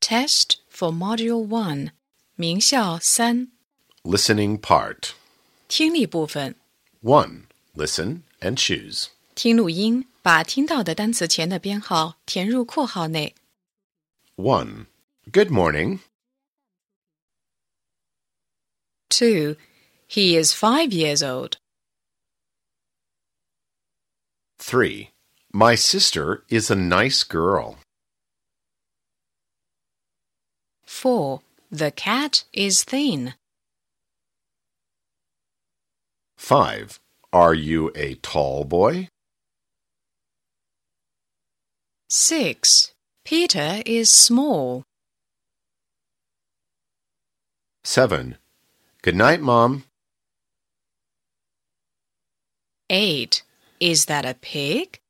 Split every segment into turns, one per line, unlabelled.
Test for Module 1, 名校三
Listening part.
听力部分，
1. Listen and choose.
听录音，把听到的单词前的编号填入括号内。
1. Good morning.
2. He is five years old.
3. My sister is a nice girl.
4. The cat is thin.
5. Are you a tall boy?
6. Peter is small.
7. Good night, Mom.
8. Is that a pig?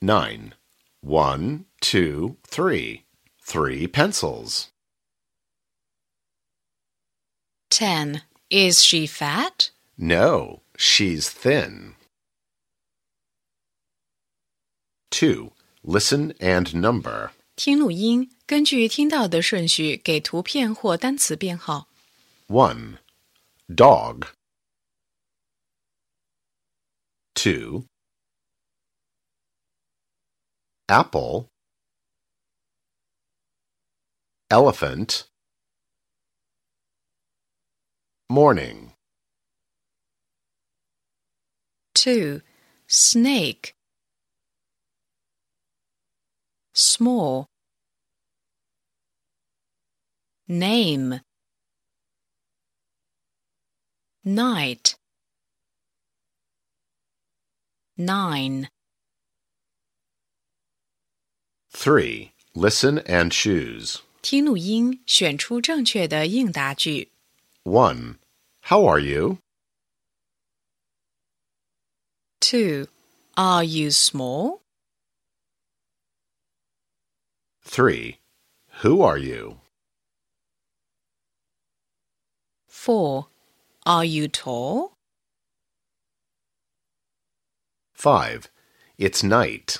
9. 1, 2, 3. 3 pencils.
10. Is she fat?
No, she's thin. 2. Listen and number.
听录音，根据听到的顺序给图片或单词编号。
1. Dog. 2. Apple. Elephant. Morning.
2. Snake. Small. Name. Night. Nine.
3. Listen and choose.
听录音，选出正确的应答句。
1. How are you?
2. Are you small?
3. Who are you?
4. Are you tall?
5. It's night.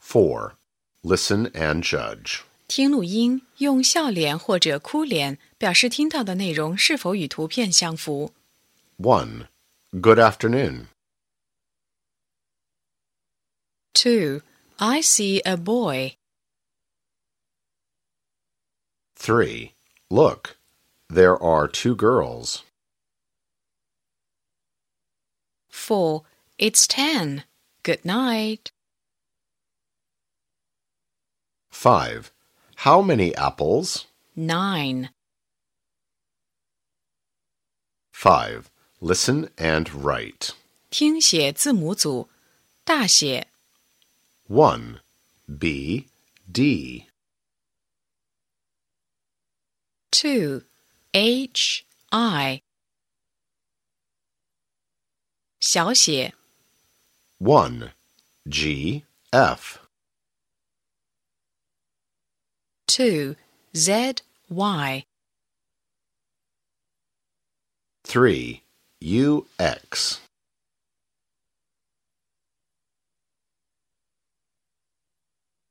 4. Listen and judge.
听录音，用笑脸或者哭脸表示听到的内容是否与图片相符。
1. Good afternoon.
Two, I see a boy.
3. Look, there are two girls.
Four, it's ten. Good night.
5. How many apples?
Nine.
5. Listen and write.
听写字母组，大写
1. B. D.
two, H I. 小写
1. G. F.
two, Z Y.
3. U. X.